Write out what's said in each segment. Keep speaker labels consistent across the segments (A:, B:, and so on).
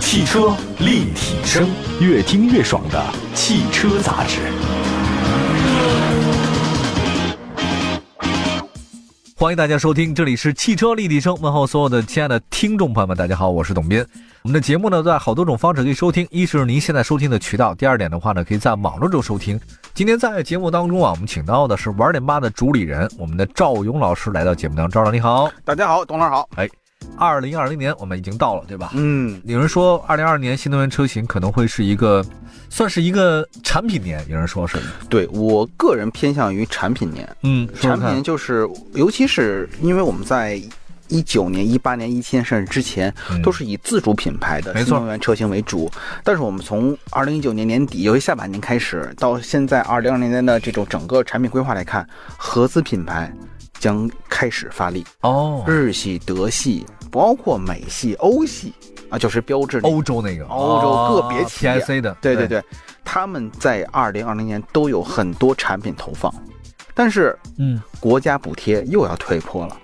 A: 汽车立体声，越听越爽的汽车杂志。
B: 欢迎大家收听，这里是汽车立体声，问候所有的亲爱的听众朋友们，大家好，我是董斌。我们的节目呢，在好多种方式可以收听，一是您现在收听的渠道，第二点的话呢，可以在网络中收听。今天在节目当中啊，我们请到的是玩点吧的主理人，我们的赵勇老师来到节目当中，赵老师你好。
C: 大家好，董老师好。
B: 二零二零年我们已经到了，对吧？
C: 嗯，
B: 有人说，二零二二年新能源车型可能会是一个，算是一个产品年。有人说是，
C: 对我个人偏向于产品年，
B: 嗯，说
C: 产
B: 说
C: 品
B: 看
C: 年，就是，尤其是因为我们在一九年、一八年、一七年甚至之前，
B: 嗯
C: 都是以自主品牌的
B: 没错
C: 新能源车型为主。但是我们从二零一九年年底，尤其下半年开始，到现在二零二零年的这种整个产品规划来看，合资品牌将开始发力，
B: 哦，
C: 日系、德系，包括美系、欧系啊，就是标志那个
B: 欧洲那个哦
C: 欧洲个别企业
B: PIC 的，
C: 对对，对，他们在二零二零年都有很多产品投放，但是
B: 嗯，
C: 国家补贴又要退坡了。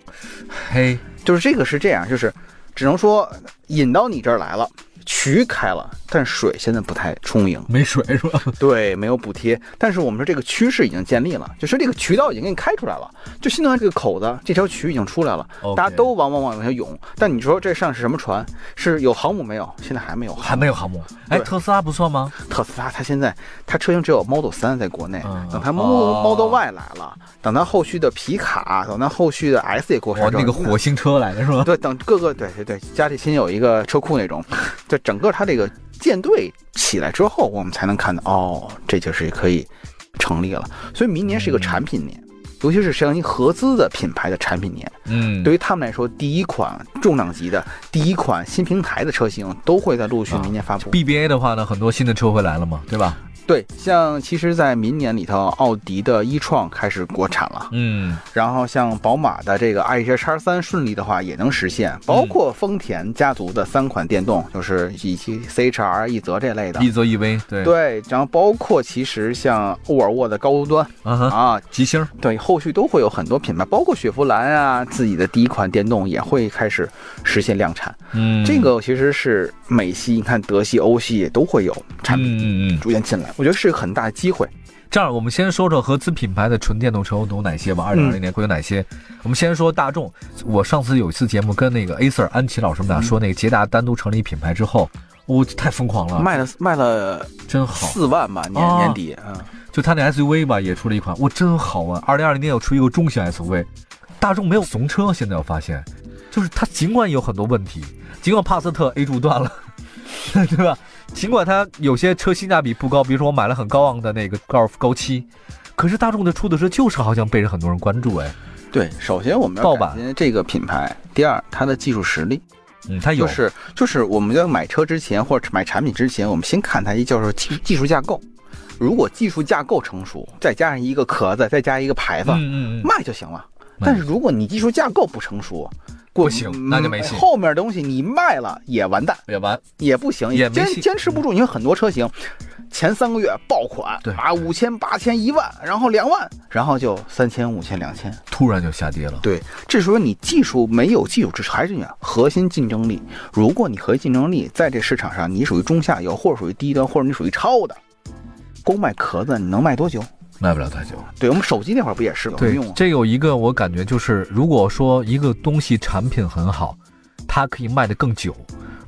B: 嘿，
C: 就是这个是这样，就是只能说引到你这儿来了，渠开了，但水现在不太充盈，
B: 没水是吧？
C: 对，没有补贴。但是我们说这个趋势已经建立了，就是这个渠道已经给你开出来了，就新能源这个口子，这条渠已经出来了
B: OK
C: 大家都往往往下涌。但你说这上是什么船？是有航母没有？现在还没有航母。
B: 还没有航母，哎，
C: 对
B: 特斯拉不算吗？
C: 特斯拉它现在它车型只有 Model 3在国内
B: 嗯，
C: 等它 Model、
B: 哦
C: Model Y 来了，等它后续的皮卡，等它后续的 S 也过
B: 我
C: 上之后
B: 哦那个火星车来的是吧？
C: 对，等各个对对对，家里先有一个车库那种，就整个它这个舰队起来之后，我们才能看到哦，这就是可以成立了。所以明年是一个产品年，尤其是像一合资的品牌的产品年。
B: 嗯，
C: 对于他们来说，第一款重量级的第一款新平台的车型都会在
B: 嗯
C: 陆续明年发布。
B: ，BBA 的话呢，很多新的车会来了嘛，对吧？
C: 对，像其实，在明年里头，奥迪的一创开始国产了，
B: 嗯，
C: 然后像宝马的这个 i 1 x 3顺利的话也能实现，包括丰田家族的三款电动，就是以及 CHR、奕泽这类的。
B: 一则一威，对，
C: 对，然后包括其实像沃尔沃的高端
B: 啊哈，
C: 啊，
B: 吉星，
C: 对，后续都会有很多品牌，包括雪佛兰啊，自己的第一款电动也会开始实现量产。
B: 嗯，
C: 这个其实是美系，你看德系、欧系也都会有产品
B: 嗯嗯嗯，
C: 逐渐进来，我觉得是个很大的机会。
B: 这样，我们先说说合资品牌的纯电动车都有哪些吧。二零二零年会有哪些？我们先说大众。我上次有一次节目跟那个 Acer 安琪老师，我们俩说那个捷达单独成立品牌之后，我、太疯狂了，
C: 卖了卖了
B: 真啊好。
C: 四万吧，年、
B: 啊
C: 年底，嗯，
B: 就它那 SUV 吧，也出了一款，哇，真好啊！二零二零年要出一个中型 SUV，大众没有怂车，现在我发现，就是它尽管有很多问题，尽管帕萨特 A 柱断了， 对吧？尽管它有些车性价比不高，比如说我买了很高昂的那个高尔夫高七，可是大众的出的车就是好像被人很多人关注，哎，
C: 对，首先我们
B: 盗
C: 要
B: 版
C: 感谢这个品牌，第二它的技术实力，
B: 嗯，它有，
C: 就是就是我们要买车之前或者买产品之前，我们先看它一叫做技技术架构，如果技术架构成熟，再加上一个壳子，再加一个牌子，
B: 嗯嗯嗯，
C: 卖就行了。但是如果你技术架构不成熟，过
B: 不行那就没戏
C: 后面的东西你卖了也完蛋，
B: 也完，
C: 也不行，
B: 也没
C: 坚
B: 戏嗯
C: 坚持不住。你看很多车型，前三个月爆款，
B: 对
C: 啊，五千、八千、一万，然后两万，然后就三千、五千、两千。
B: 突然就下跌了，
C: 对，这时候你技术没有技术支持，还是你核心竞争力。如果你核心竞争力在这市场上，你属于中下游，或者属于低端，或者你属于超的，光卖壳子你能卖多久？
B: 卖不了太久。
C: 对我们手机那会儿不也是吗？
B: 对
C: 用，啊
B: 这有一个我感觉就是，如果说一个东西产品很好，它可以卖得更久；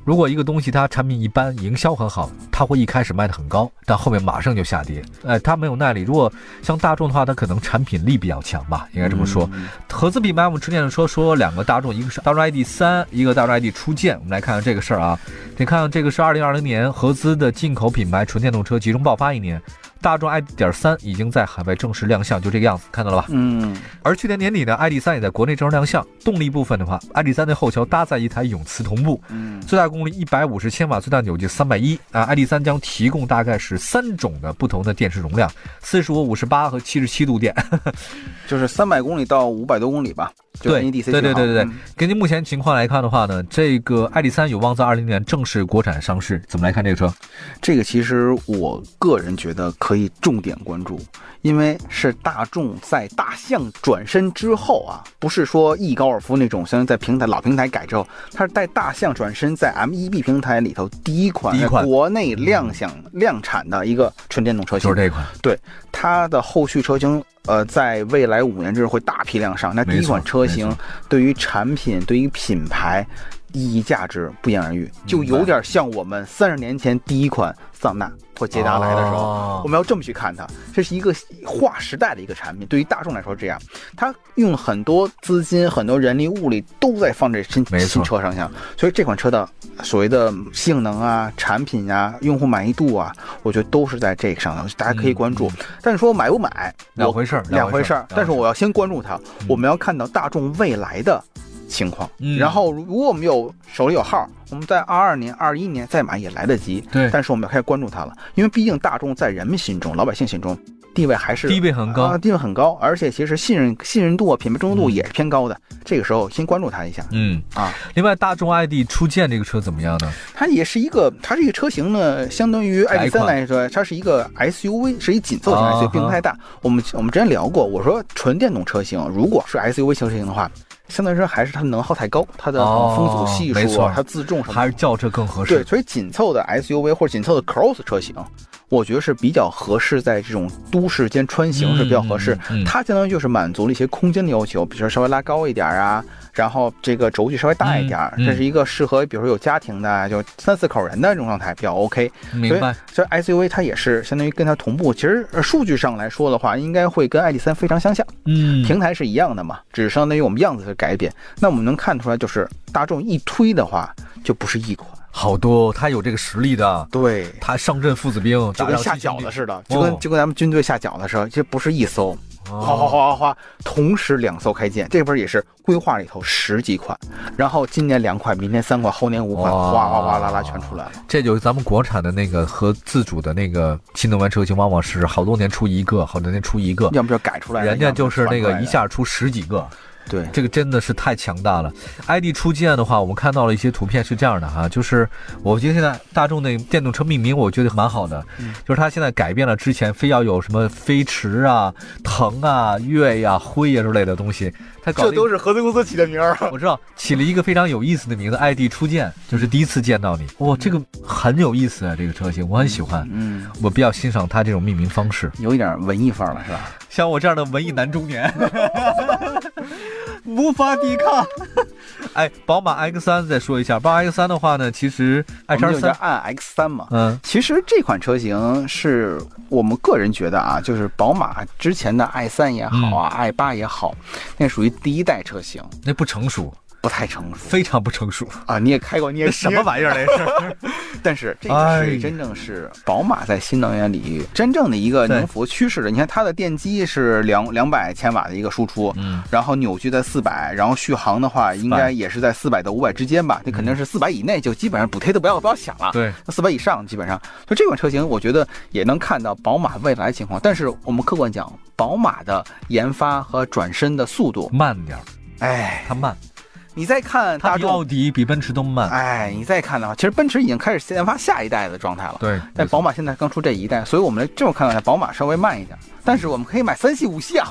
B: 如果一个东西它产品一般，营销很好，它会一开始卖得很高，但后面马上就下跌。哎，它没有耐力。如果像大众的话，它可能产品力比较强吧，应该这么说。合资品牌我们之前说说两个大众，一个是大众 ID 三，一个大众 ID 初见。我们来看看这个事儿啊，你看看这个是二零二零年合资的进口品牌纯电动车集中爆发一年。大众 ID 点三已经在海外正式亮相，就这个样子，看到了吧？
C: 嗯，
B: 而去年年底呢，ID 3也在国内正式亮相。动力部分的话，ID 3的后桥搭载一台永磁同步，
C: 嗯
B: 最大功率一百五十千瓦，最大扭矩三百一啊。ID 3将提供大概是三种的不同的电池容量，四十五、五十八和七十七度电。
C: 就是三百公里到五百多公里吧，就
B: 对
C: NEDC
B: 对对对对对
C: 嗯
B: 根据目前情况来看的话呢，这个 ID 3有望在二零年正式国产上市。怎么来看这个车？
C: 这个其实我个人觉得可以重点关注，因为是大众在大象转身之后啊，不是说 E 高尔夫那种，相当于在平台老平台改之后，它是带大象转身在 M1B 平台里头第一款
B: 第一款
C: 国内亮相、量产的一个纯电动车型，
B: 就是这款，
C: 它的后续车型，呃，在未来五年之内会大批量上。那第
B: 没
C: 一
B: 错
C: 款车
B: 没
C: 型
B: 错
C: 对于产品、对于品牌意义价值不言而喻，就有点像我们三十年前第一款桑塔纳或捷达来的时候。
B: 哦
C: 我们要这么去看它，这是一个划时代的一个产品。对于大众来说，这样，它用很多资金、很多人力、物力都在放这新
B: 没错
C: 新车上下，所以这款车的所谓的性能啊、产品啊、用户满意度啊，我觉得都是在这个上头，大家可以关注。但是说买不买，
B: 嗯两
C: 我
B: 回事儿，
C: 两
B: 回
C: 回事儿
B: 儿。。
C: 但是我要先关注它，
B: 嗯
C: 我们要看到大众未来的情况。
B: 嗯
C: 然后，如果我们有手里有号，我们在二二年、二一年再买也来得及。
B: 对
C: 但是我们要开始关注它了，因为毕竟大众在人们心中、老百姓心中地位还是
B: 地位很高
C: 啊，地位很高，而且其实信任信任度啊、品牌忠诚度
B: 嗯
C: 也是偏高的。这个时候先关注它一下。
B: 嗯
C: 啊，
B: 另外大众 ID 初见这个车怎么样呢？
C: 它也是一个，它这个车型呢，相当于
B: 改
C: ID
B: 款
C: 3来说，它是一个 SUV，是一紧凑型
B: 啊
C: SUV，
B: 哈
C: 并不太大。我们我们之前聊过，我说纯电动车型，如果是 SUV 车型的话，相对来说还是它能耗太高，它的
B: 哦
C: 风阻系
B: 没
C: 数
B: 错
C: 啊，它自重什么的
B: 还是轿车更合
C: 对，
B: 适？
C: 所以紧凑的 SUV 或者紧凑的 Cross 车型，我觉得是比较合适，在这种都市间穿行是比较合适。
B: 嗯嗯嗯嗯
C: 它相当于就是满足了一些空间的要求，比如说稍微拉高一点啊，然后这个轴距稍微大一点，
B: 嗯嗯
C: 这是一个适合比如说有家庭的，就三四口人的这种状态比较 OK。
B: 明白。
C: 所以 SUV 它也是相当于跟它同步，其实呃数据上来说的话，应该会跟 ID 3非常相像。
B: 嗯，
C: 平台是一样的嘛，只是相当于我们样子的改变。那我们能看出来，就是大众一推的话，就不是一款。
B: 好多，他有这个实力的，
C: 对，
B: 他上阵父子兵，
C: 就
B: 打
C: 跟
B: 仗
C: 下
B: 亲兄
C: 饺
B: 弟
C: 子似的，就跟
B: 哦
C: 就跟咱们军队下饺子似的，这不是一艘，
B: 哦
C: 哗哗哗哗哗，同时两艘开建，这边也是规划里头十几款，然后今年两款，明年三款，后年五款，
B: 哇
C: 哗哗哗啦啦全出来了。
B: 这就是咱们国产的那个和自主的那个新能源车型，往往是好多年出一个，好多年出一个，
C: 要么就改出来的，
B: 哦人家就是那
C: 要
B: 个
C: 么
B: 一
C: 就传出来的
B: 下出十几个，
C: 对，
B: 这个真的是太强大了。ID 初见的话，我们看到了一些图片是这样的哈、就是我觉得现在大众那电动车命名，我觉得蛮好的，
C: 嗯
B: 就是它现在改变了之前非要有什么飞驰啊、腾啊、月呀、辉呀之类的东西，它搞了一个
C: 是合资公司起的名儿。
B: 我知道起了一个非常有意思的名字，ID 初见，就是第一次见到你。哇，这个很有意思啊，这个车型我很喜欢，
C: 嗯，
B: 我比较欣赏它这种命名方式。
C: 有一点文艺范儿了，是吧？
B: 像我这样的文艺男中年， 无法抵抗。哎，宝马 X 三再说一下，宝马 X 三的话呢，其实
C: 我
B: i
C: 们
B: 叉
C: 就
B: 三，
C: 叫按 X 三嘛。
B: 嗯，
C: 其实这款车型是我们个人觉得啊，就是宝马之前的 i 3也好啊、i
B: 嗯
C: 8也好，那属于第一代车型，
B: 那不成熟，
C: 不太成熟
B: 非常不成 熟，
C: 啊。你也开过，你也
B: 这什么玩意儿那是？
C: 意但是这
B: 哎
C: 个
B: 呀
C: 是真正是宝马在新能源领域真正的一个
B: 对
C: 能符合趋势的。你看它的电机是两两百千瓦的一个输出，
B: 嗯，
C: 然后扭矩在四百，然后续航的话应该也是在四百到五百之间吧。那肯定是四百以内就基本上补贴都不要不要想了。
B: 嗯对，
C: 四百以上基本上，就这款车型，我觉得也能看到宝马未来情况。但是我们客观讲，宝马的研发和转身的速度，
B: 慢点儿，
C: 哎，
B: 它慢，
C: 你再看
B: 嗯它
C: 大
B: 比奥
C: 众，
B: 迪、比奔驰都慢。
C: 哎，你再看的话，其实奔驰已经开始研发下一代的状态了。
B: 对，
C: 但宝马现在刚出这一代，所以我们这么看到，宝马稍微慢一点，但是我们可以买三系、五系啊。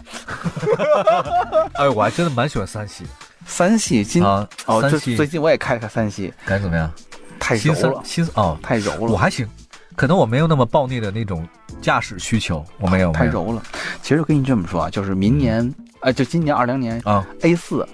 B: 哎，我还真的蛮喜欢三系的
C: 三系今、
B: 啊，
C: 哦，
B: 三
C: 最
B: 系
C: 最近我也开了个三系，
B: 感觉怎么样？
C: 哎太柔
B: 新三
C: 了，
B: 新哦，
C: 太柔了
B: 我。还行，可能我没有那么暴虐的那种驾驶需求，我没有，没
C: 太
B: 有
C: 柔了。其实跟你这么说啊，就是明年，呃，就今年二零年
B: 嗯啊，
C: A 四，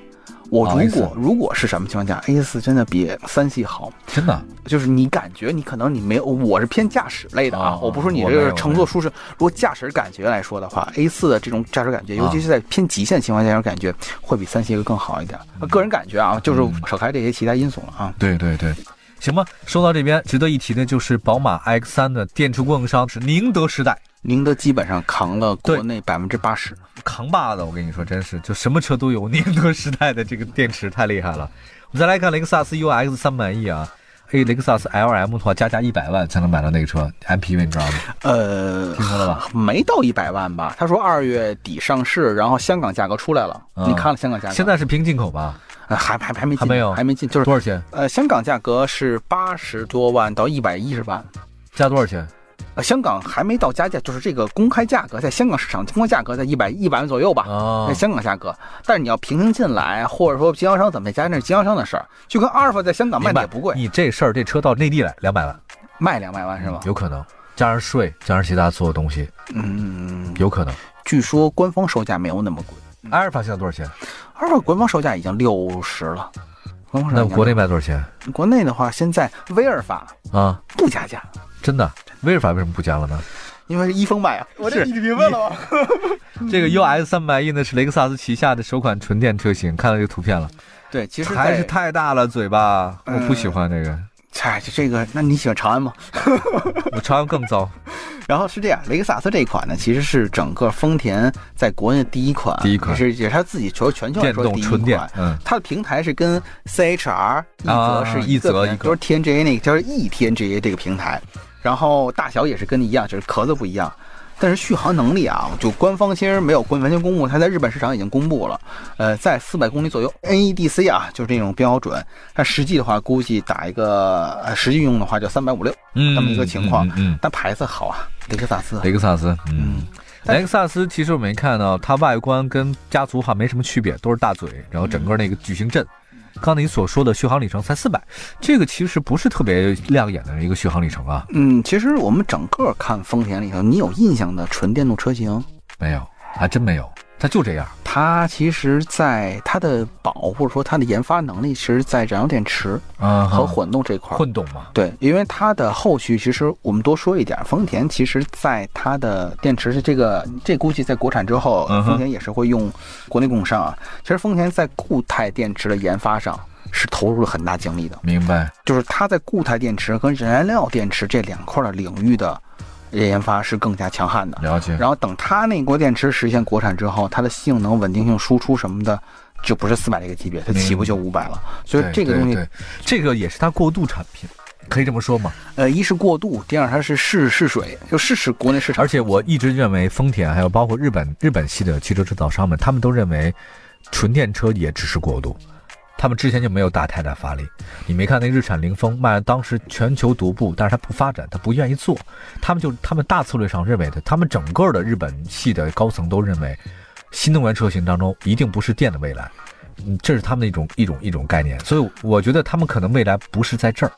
C: 我
B: 啊
C: 如
B: ，A4
C: 果、如果是什么情况下，A 四真的比三系好，
B: 真的
C: 就是你感觉你可能你没有，我是偏驾驶类的啊，
B: 哦
C: 我不是说你
B: 我
C: 这
B: 没
C: 个
B: 有
C: 乘坐舒适。如果驾驶感觉来说的话，A 四的这种驾驶感觉，尤其是在偏极限情况下，感觉会比三系会更好一点。
B: 嗯
C: 个人感觉啊，就是扯开这些其他因素了啊。
B: 对对对。行吧，说到这边，值得一提的就是宝马 X 三的电池供应商是宁德时代，
C: 宁德基本上扛了国
B: 对
C: 内百分之八十，
B: 扛把子。我跟你说，真是就什么车都有，宁德时代的这个电池太厉害了。我们再来看雷克萨斯 UX 三百 E 啊，哎，雷克萨斯 LM 的话，加价一百万才能买到那个车 MPV，你知道吗？
C: 呃，
B: 听说了吧？
C: 没到一百万吧？他说二月底上市，然后香港价格出来了，
B: 嗯
C: 你看了香港价格？
B: 现在是拼进口吧？
C: 呃还还还没进
B: 还没有
C: 还没进，就是
B: 多少钱？
C: 呃，香港价格是八十多万到一百一十万，
B: 加多少钱？
C: 呃，香港还没到加价，就是这个公开价格，在香港市场公开价格在一百一百万左右吧，
B: 啊
C: 在，香港价格。但是你要平行进来，或者说经销商怎么加，那是经销商的事儿。就跟阿尔法在香港卖
B: 明白
C: 的也不贵，
B: 你这事儿这车到内地来两百万
C: 卖两百万是吗？
B: 有可能，加上税，加上其他所有东西，
C: 嗯，
B: 有可能。
C: 据说官方售价没有那么贵，
B: 阿尔法现在多少钱？
C: 阿尔法官方售价已经六十了。官方售价
B: 那
C: 已经
B: 国内卖多少钱
C: 国内的话，现在威尔法
B: 啊？
C: 不加价，
B: 真的，威尔法为什么不加了呢？
C: 因为是一封卖啊。我这你明白了吗？
B: 嗯这个 US 三百 E 呢是雷克萨斯旗下的首款纯电车型，看到这个图片了，
C: 对，其实
B: 还
C: 在
B: 是太大了嘴巴，我
C: 嗯
B: 不喜欢这个，
C: 哎，就这个，那你喜欢长安吗？
B: 我朝阳更糟，
C: 然后是这样，雷克萨斯这一款呢，其实是整个丰田在国内第一款，
B: 第一款
C: 也是也是它自己全全球来
B: 电
C: 说
B: 动
C: 第一
B: 纯电
C: 款。，
B: 嗯，
C: 它的平台是跟 CHR 一
B: 啊
C: 泽是
B: 一泽
C: 个
B: 一
C: 平台，
B: 个
C: 都是 TNGA 那个，就是 eTNGA 这个平台，然后大小也是跟你一样，只是壳子不一样。但是续航能力啊，就官方其实没有公完全公布，它在日本市场已经公布了，呃，在四百公里左右，NEDC 啊，就是那种标准。但实际的话，估计打一个呃实际用的话就三百五六，
B: 嗯
C: 这么一个情况
B: 嗯嗯，
C: 但牌子好啊，雷克萨斯啊
B: 嗯。雷克萨斯，嗯
C: 嗯。但
B: 雷克萨斯其实我们也看到，它外观跟家族化没什么区别，都是大嘴，然后整个那个矩形阵。刚才你所说的续航里程才四百，这个其实不是特别亮眼的一个续航里程啊，
C: 嗯，其实我们整个看丰田里头，你有印象的纯电动车型，
B: 没有，还真没有，它就这样。
C: 它其实在它的保或者说它的研发能力，其实在燃料电池
B: 啊
C: 和混动这块儿。
B: 混动嘛，
C: 对，因为它的后续，其实我们多说一点，丰田其实在它的电池是这个，这估计在国产之后
B: 嗯，哼
C: 丰田也是会用国内供应商啊。其实丰田在固态电池的研发上是投入了很大精力的，
B: 明白。
C: 就是它在固态电池跟燃料电池这两块儿的领域的研发是更加强悍的。
B: 了解，
C: 然后等它那国电池实现国产之后，它的性能、稳定性、输出什么的，就不是四百这个级别，它
B: 明白
C: 起步就五百了。所
B: 嗯
C: 以
B: 对
C: 这个
B: 对
C: 东西
B: 对，这个也是它过渡产品，可以这么说嘛。
C: 呃，一是过渡，第二它是试试水，就试试国内市场。
B: 而且我一直认为，丰田还有包括日本日本系的汽车制造商们，他们都认为纯电车也只是过渡，他们之前就没有大太大发力。你没看那日产凌风卖，当时全球独步，但是它不发展，它不愿意做，他们就他们大策略上认为的，他们整个的日本系的高层都认为，新能源车型当中一定不是电的未来。嗯，这是他们的一种一种一种概念，所以我觉得他们可能未来不是在这儿，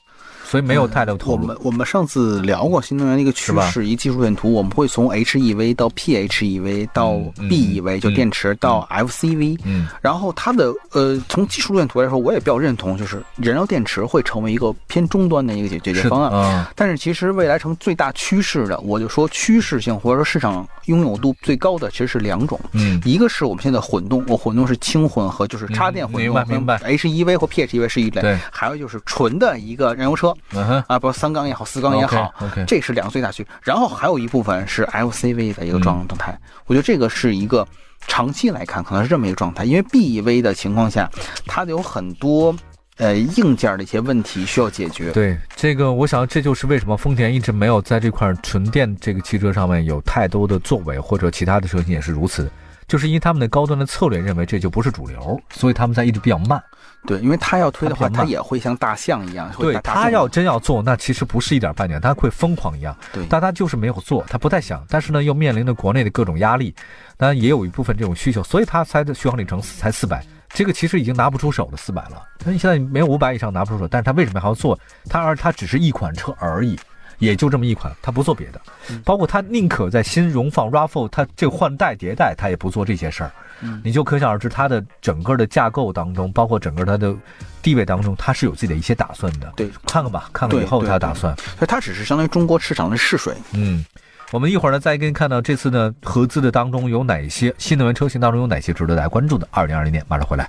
B: 所以没有太大的投
C: 我
B: 入。
C: 们我们上次聊过新能源的一个趋
B: 是吧
C: 势，一技术线图，我们会从 HEV 到 PHEV 到
B: 嗯嗯
C: BEV，、就
B: 嗯
C: 电池到 FCV，、
B: 嗯，
C: 然后它的呃，从技术线图来说，我也比较认同，就是燃料电池会成为一个偏终端的一个解解
B: 是
C: 决方案。
B: 啊，
C: 但是其实未来成最大趋势的，我就说趋势性或者说市场拥有度最高的，其实是两种。
B: 嗯，
C: 一个是我们现在混动，我混动是轻混合，就是插电混
B: 嗯明
C: 动，哎 E
B: 白明白
C: HEV 或 PHEV 是一类，
B: 对
C: 还有就是纯的一个燃油车
B: 嗯哼，
C: 啊，不三缸也好，四缸也好
B: OK，OK
C: 这是两个最大趋势。然后还有一部分是 LCV 的一个状
B: 嗯
C: 态，我觉得这个是一个长期来看可能是这么一个状态，因为 BEV 的情况下，它有很多呃硬件的一些问题需要解决。
B: 对这个，我想这就是为什么丰田一直没有在这块纯电这个汽车上面有太多的作为，或者其他的车型也是如此，就是因为他们的高端的策略认为这就不是主流，所以他们在一直比较慢。
C: 对，因为他要推的
B: 它
C: 话，
B: 比较
C: 他
B: 慢
C: 也会像大象一样，会
B: 对
C: 大大
B: 他
C: 众
B: 要真要做，那其实不是一点半点，他会疯狂一样，
C: 对
B: 但他就是没有做，他不太想，但是呢又面临着国内的各种压力，那也有一部分这种需求，所以他才的续航里程才四百。这个其实已经拿不出手的四百了，那你现在没有五百以上拿不出手，但是他为什么还要做？他而他只是一款车而已，也就这么一款，他不做别的，
C: 嗯
B: 包括他宁可在新荣放 RAV4，他这个换代迭代他也不做这些事儿，
C: 嗯
B: 你就可想而知它的整个的架构当中，包括整个它的地位当中，它是有自己的一些打算的。
C: 对
B: 看看吧，看看以后
C: 对对
B: 它的打算。
C: 所以它只是相当于中国市场的试水。
B: 嗯，我们一会儿呢再跟你看到这次呢合资的当中有哪些新能源车型当中有哪些值得大家关注的。二零二零年马上回来。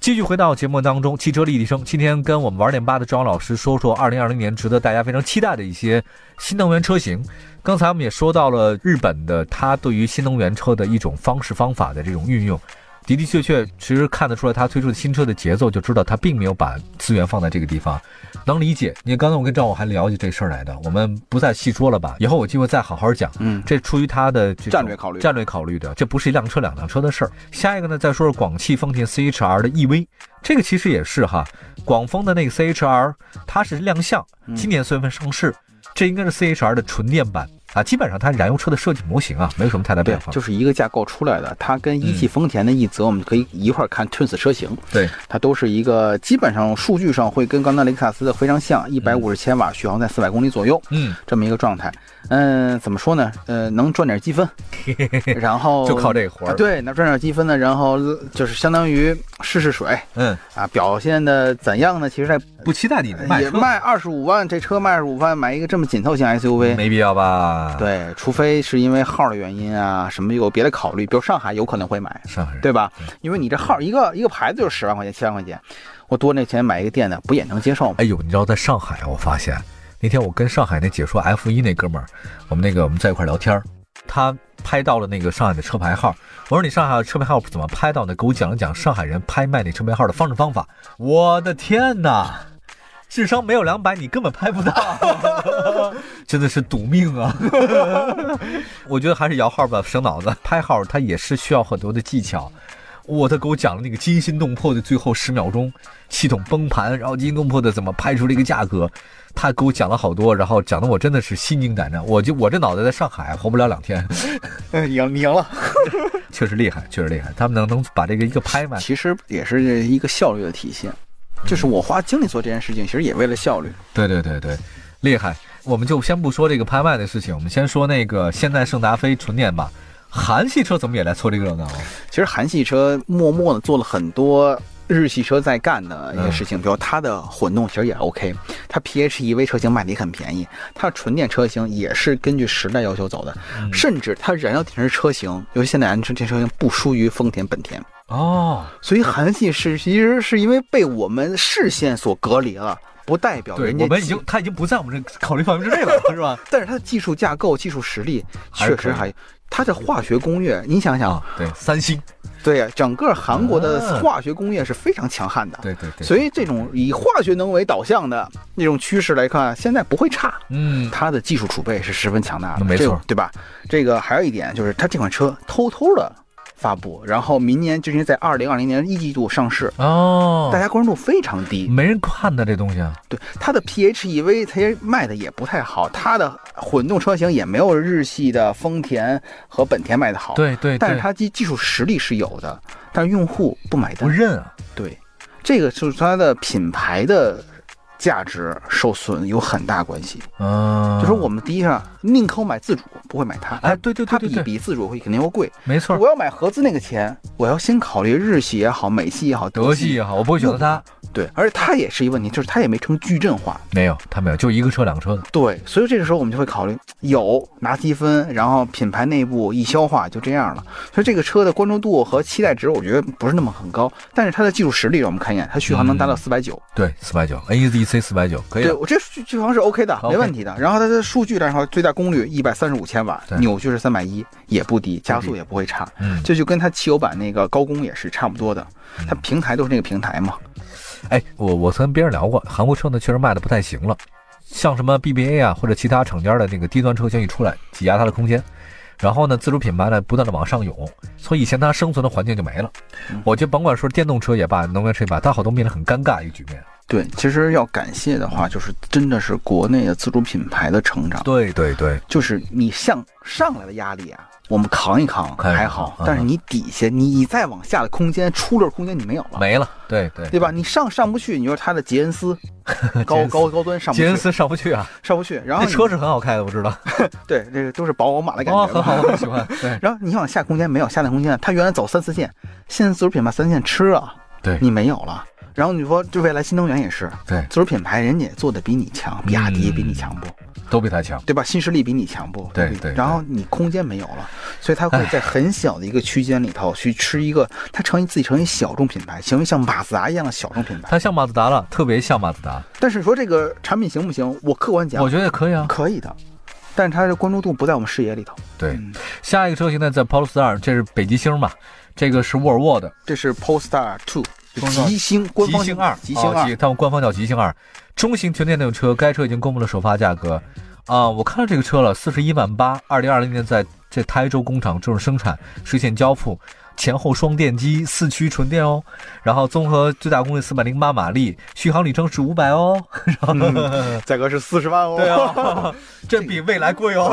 B: 继续回到节目当中，汽车立体声，今天跟我们玩点吧的庄老师说说二零二零年值得大家非常期待的一些新能源车型。刚才我们也说到了日本的它对于新能源车的一种方式方法的这种运用，的的确确，其实看得出来，它推出的新车的节奏就知道它并没有把资源放在这个地方，能理解。你看刚才我跟赵我还聊起这事儿来的，我们不再细说了吧，以后有机会再好好讲。
C: 嗯，
B: 这出于它的这种
C: 战略考虑
B: 战略考虑的，这不是一辆车两辆车的事儿。下一个呢，再说说广汽丰田 CHR 的 EV，这个其实也是哈，广丰的那个 CHR 它是亮相，
C: 嗯
B: 今年四月份上市，这应该是 CHR 的纯电版啊，基本上它燃油车的设计模型啊，嗯没有什么太大
C: 对
B: 变，化。
C: 就是一个架构出来的，它跟一汽丰田的一则，我们可以一块儿看 Twins 车型，
B: 对，
C: 它都是一个基本上数据上会跟刚才雷克萨斯的非常像，一百五十千瓦，续航在四百公里左右，
B: 嗯，
C: 这么一个状态。嗯，怎么说呢？呃，能赚点 积分，然后
B: 就靠这个活儿。，
C: 对，能赚点积分呢，然后就是相当于试试水
B: 嗯，
C: 啊，表现的怎样呢？其实在
B: 不期待你卖
C: 也
B: 车，
C: 卖二十五万，这车卖二十五万，买一个这么紧凑型 SUV，
B: 没必要吧？，
C: 对，除非是因为号的原因啊，什么有别的考虑，比如上海有可能会买，
B: 上海人
C: 对吧
B: 对？
C: 因为你这号一个一个牌子就十万块钱、七万块钱，我多那钱买一个店的，不也能接 受吗？
B: 哎呦，你知道在上海啊，我发现那天我跟上海那解说 F 一那哥们儿，我们那个我们在一块儿聊天儿，他拍到了那个上海的车牌号。我说你上海的车牌号怎么拍到的？给我讲了讲上海人拍卖那车牌号的方式方法。我的天哪！智商没有两百，你根本拍不到， 真的是赌命啊！ 我觉得还是摇号吧，省脑子。拍号它也是需要很多的技巧。我他给我讲了那个惊心动魄的最后十秒钟，系统崩盘，然后惊心动魄的怎么拍出了一个价格，他给我讲了好多，然后讲的我真的是心惊胆战。我就我这脑袋在上海活不了两天，
C: 嗯赢你赢了，
B: 确实厉害，确实厉害。他们能能把这个一个拍卖，
C: 其实也是一个效率的体现。就是我花精力做这件事情，其实也为了效率。
B: 对对对对，厉害。我们就先不说这个拍卖的事情，我们先说那个现在圣达菲纯电吧。韩系车怎么也来凑这个热闹啊？
C: 其实韩系车默默的做了很多日系车在干的一些事情，比如它的混动其实也 OK，它 PHEV 车型卖的也很便宜，它纯电车型也是根据时代要求走的，
B: 嗯
C: 甚至它燃油电池车型，尤其现在燃油电池车型不输于丰田、本田，
B: 哦，
C: 所以韩系是其实是因为被我们视线所隔离了，不代表
B: 对
C: 人，家
B: 我们已
C: 技
B: 经他已经不在我们这考虑范围之内了，是吧？
C: 但是它的技术架构、技术实力
B: 还是
C: 确
B: 可
C: 实
B: 以
C: 还，它的化学工业，你想想
B: 啊，，对，三星，
C: 对呀，整个韩国的
B: 啊
C: 化学工业是非常强悍的。
B: 对对对，
C: 所以这种以化学能为导向的那种趋势来看，现在不会差。
B: 嗯，
C: 它的技术储备是十分强大的，
B: 没
C: 这个
B: 错
C: 对吧？这个还有一点就是，它这款车偷偷的发布，然后明年就是在二零二零年一季度上市，
B: 哦，
C: 大家关注度非常低。
B: 没人看的这东西啊，
C: 对它的 PHEV，它也卖的也不太好，它的混动车型也没有日系的丰田和本田卖的好。，
B: 对对
C: 哦但是
B: 对，
C: 它技技术实力是有的，但是用户不买
B: 不
C: 单。
B: 认啊，
C: 对，这个就是它的品牌的价值受损有很大关系。
B: 嗯，
C: 就说我们第一上宁可买自主，不会买它。
B: 哎，对对
C: 它
B: 对对
C: 比
B: 对，
C: 比自主会肯定要贵。
B: 没错，
C: 我要买合资那个钱，我要先考虑日系也好，美系也好，
B: 德系啊
C: 系
B: 也好，我不会选择它，
C: 对，而且它也是一个问题，就是它也没成矩阵化。
B: 没有，它没有，就一个车两个车的，
C: 对，所以这个时候我们就会考虑有拿积分，然后品牌内部一消化就这样了。所以这个车的关注度和期待值，我觉得不是那么很高，但是它的技术实力我们看一眼，它续航能达
B: 嗯
C: 到四百九，
B: 对，四百九，NEDC 四百九，可以
C: 对
B: 了，
C: 我这续续航是 OK 的，
B: OK
C: 没问题的。然后它的数据来说，最大功率一百三十五千瓦
B: 对，
C: 扭矩是三百一，也不低，加速也不会差。
B: 嗯，
C: 这就跟它汽油版那个高功也是差不多的，它平台都是那个平台嘛。
B: 哎，我我曾跟别人聊过，韩国车呢确实卖的不太行了，像什么 BBA 啊或者其他厂家的那个低端车型一出来，挤压它的空间，然后呢自主品牌呢不断的往上涌，所以以前它生存的环境就没了。
C: 嗯
B: 我就甭管说电动车也罢，能源车也罢，它好多面临很尴尬一个局面。
C: 对，其实要感谢的话，就是真的是国内的自主品牌的成长，
B: 对对对，
C: 就是你向上来的压力啊，我们扛一扛
B: 扛一扛
C: 还好，
B: 嗯
C: 但是你底下你你再往下的空间出溜空间你没有了，
B: 没了，对对。
C: 对吧？你上上不去，你说它的捷 恩斯高高高端上不
B: 杰恩
C: 去，
B: 斯上不去啊，
C: 上不去，然 后
B: 那
C: 你
B: 车是很好开的，我知道。
C: 对，这个都是宝马的感
B: 哦，很
C: 觉嘛。
B: 好，我很喜欢。对
C: 然后你往下空间没有下降空间，它原来走三四线，现在自主品牌三线吃啊，
B: 对
C: 你没有了。然后你说，就未来新能源也是
B: 对，
C: 自主品牌，人家也做的比你强，比亚迪也比你强不，
B: 都比他强。
C: 对吧？新势力比你强不？
B: 对
C: 比
B: 对
C: 然后你空间没有了，所以它会在很小的一个区间里头去吃一个，它成为自己成为小众品牌，成为像马自达一样的小众品牌。
B: 他像马自达了，特别像马自达。
C: 但是说这个产品行不行？我客观讲
B: 我，觉得也可以啊，
C: 可以的。但是它的关注度不在我们视野里头。
B: 对
C: 嗯，
B: 下一个车型呢，在 Polestar，这是北极星嘛，这个是沃尔沃的
C: 这是 Polestar Two
B: 中装
C: 极星官方
B: 极星二，
C: 极星二
B: 哦，他们官方叫极星二，中型全电动车。该车已经公布了首发价格，啊、我看到这个车了，四十一万八，二零二零年在这台州工厂正式生产，实现交付，前后双电机，四驱纯电哦，然后综合最大功率四百零八马力，续航里程是五百哦，
C: 价格是四十万哦，
B: 对哦， 这比蔚来贵 哦，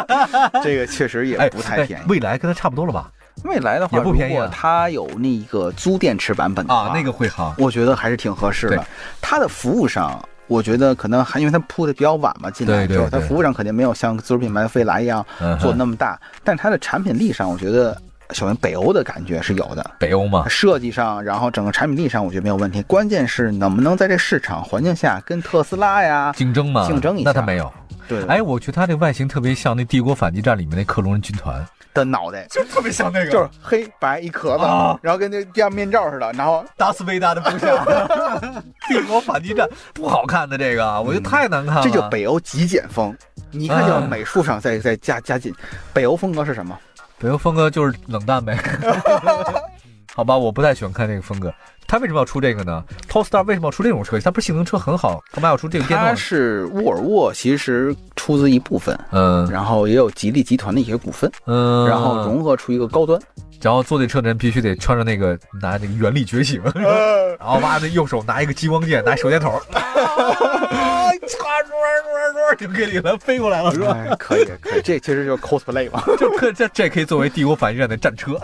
C: 这个确实也不太便宜。
B: 哎蔚来跟它差不多了吧？
C: 哎未来的话，
B: 也不便宜啊
C: 如果它有那个租电池版本的话
B: 啊，那个会好，
C: 我觉得还是挺合适的
B: 对。
C: 它的服务上，我觉得可能还因为它铺的比较晚嘛，进来
B: 对对
C: 之后，它
B: 对
C: 服务上肯定没有像自主品牌的蔚来一样
B: 嗯哼
C: 做那么大，但是它的产品力上，我觉得首先北欧的感觉是有的。
B: 北欧嘛，
C: 设计上，然后整个产品力上，我觉得没有问题。关键是能不能在这市场环境下跟特斯拉呀，
B: 竞争嘛，
C: 竞争一
B: 那它
C: 下
B: 没有。
C: 对，
B: 哎，我觉得它这外形特别像那《帝国反击战》里面那克隆人军团，
C: 的脑袋
B: 就特别像那个
C: 就是黑白一壳子
B: 啊，
C: 然后跟那像面罩似的，然后
B: 达斯维达的部下， 《帝国反击战》不好看的这个，啊我觉得太难看了。
C: 这就北欧极简风，你一看就
B: 啊
C: 美术上再再加加进。北欧风格是什么？
B: 北欧风格就是冷淡 呗。好吧，我不太喜欢看这个风格。它为什么要出这个呢？Polestar 为什么要出这种车？它不是性能车很好，干嘛要出这个电动
C: 它
B: 呢？
C: 是沃尔沃，其实出资一部分，
B: 嗯
C: 然后也有吉利集团的一些股份，
B: 嗯，
C: 然后融合出一个高端。
B: 然后坐这车的人必须得穿着那个拿那个原力觉醒， 然后妈的右手拿一个激光剑，拿手电筒， 啊，唰唰唰唰就给你了飞过来了，是吧？
C: 哎，可以可以，这其实就是 cosplay 嘛，
B: 就可这这可以作为帝国反击战的战 车。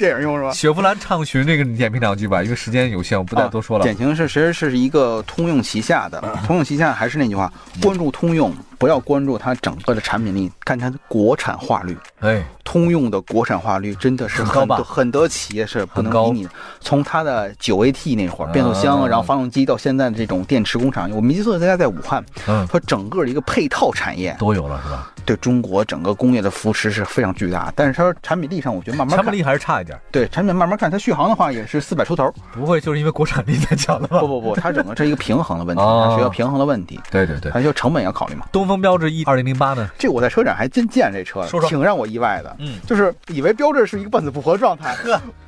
C: 电影用是吧？
B: 雪佛兰畅巡这个你点评两句吧，因为时间有限，我不再多说了。嗯
C: 典啊型是其实是一个通用旗下的，通用旗下还是那句话，关注通用，不要关注它整个的产品力，看它的国产化率。
B: 哎，
C: 通用的国产化率真的是
B: 很高
C: 很
B: 吧
C: 得很得企业是不
B: 很
C: 能
B: 高
C: 比拟的。从它的九 AT 那会儿变速箱，
B: 嗯
C: 然后发动机到现在的这种电池工厂，我没记错，大家在武汉，
B: 嗯，
C: 它整个的一个配套产业
B: 都有了是吧？
C: 对中国整个工业的扶持是非常巨大。但是它产品力上，我觉得慢慢
B: 产品
C: 看，
B: 力还是差一点，
C: 对产品慢慢看，它续航的话也是四百出头。
B: 不会就是因为国产力太强了吧
C: 不？不不，它整个这是一个平衡的问题，
B: 哦
C: 它需要平衡的问题，
B: 对对对，
C: 它需要成本要考虑嘛。
B: 东风标致 E 二零零八呢？
C: 这我在车展还真见这车了，
B: 说说
C: 挺让我意外的。
B: 嗯
C: 就是以为标志是一个半死不活状态，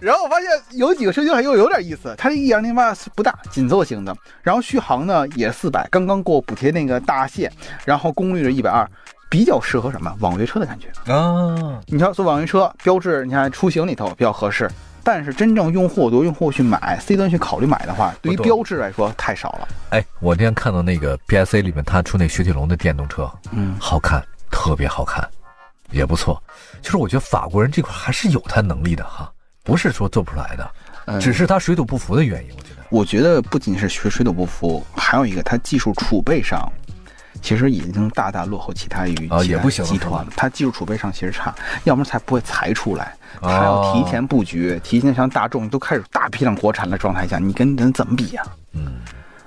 C: 然后我发现有几个车型还又有点意思，它这 E 2 0 8是不大，紧凑型的，然后续航呢也四百，刚刚过补贴那个大限，然后功率是一百二。比较适合什么网约车的感觉？
B: 啊，
C: 你要做网约车，标志你看出行里头比较合适，但是真正用户有多用户去买 C 端去考虑买的话，对于
B: 不多
C: 标志来说太少了。
B: 哎，我那天看到那个 BSA 里面他出那雪铁龙的电动车，
C: 嗯，
B: 好看，特别好看，也不错。就是我觉得法国人这块还是有他能力的哈，不是说做不出来的，
C: 嗯
B: 只是他水土不服的原因，我觉得。
C: 我觉得不仅是学水土不服，还有一个它技术储备上，其实已经大大落后其他于
B: 啊
C: 其
B: 也
C: 他
B: 不行了
C: 集
B: 是吧
C: 团了。它技术储备上其实差，要么才不会裁出来。
B: 哦
C: 它要提前布局，提前像大众都开始大批量国产的状态下，你跟人怎么比呀、啊
B: 嗯，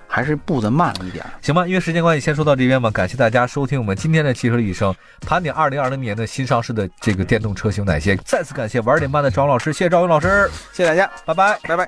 C: 还是步子慢了一点儿。
B: 行吧，因为时间关系，先说到这边吧。感谢大家收听我们今天的汽车一生，盘点二零二零年的新上市的这个电动车型有哪些。再次感谢玩点慢的张老师，谢谢赵勇老师，
C: 谢谢大家，
B: 拜拜。
C: 拜拜。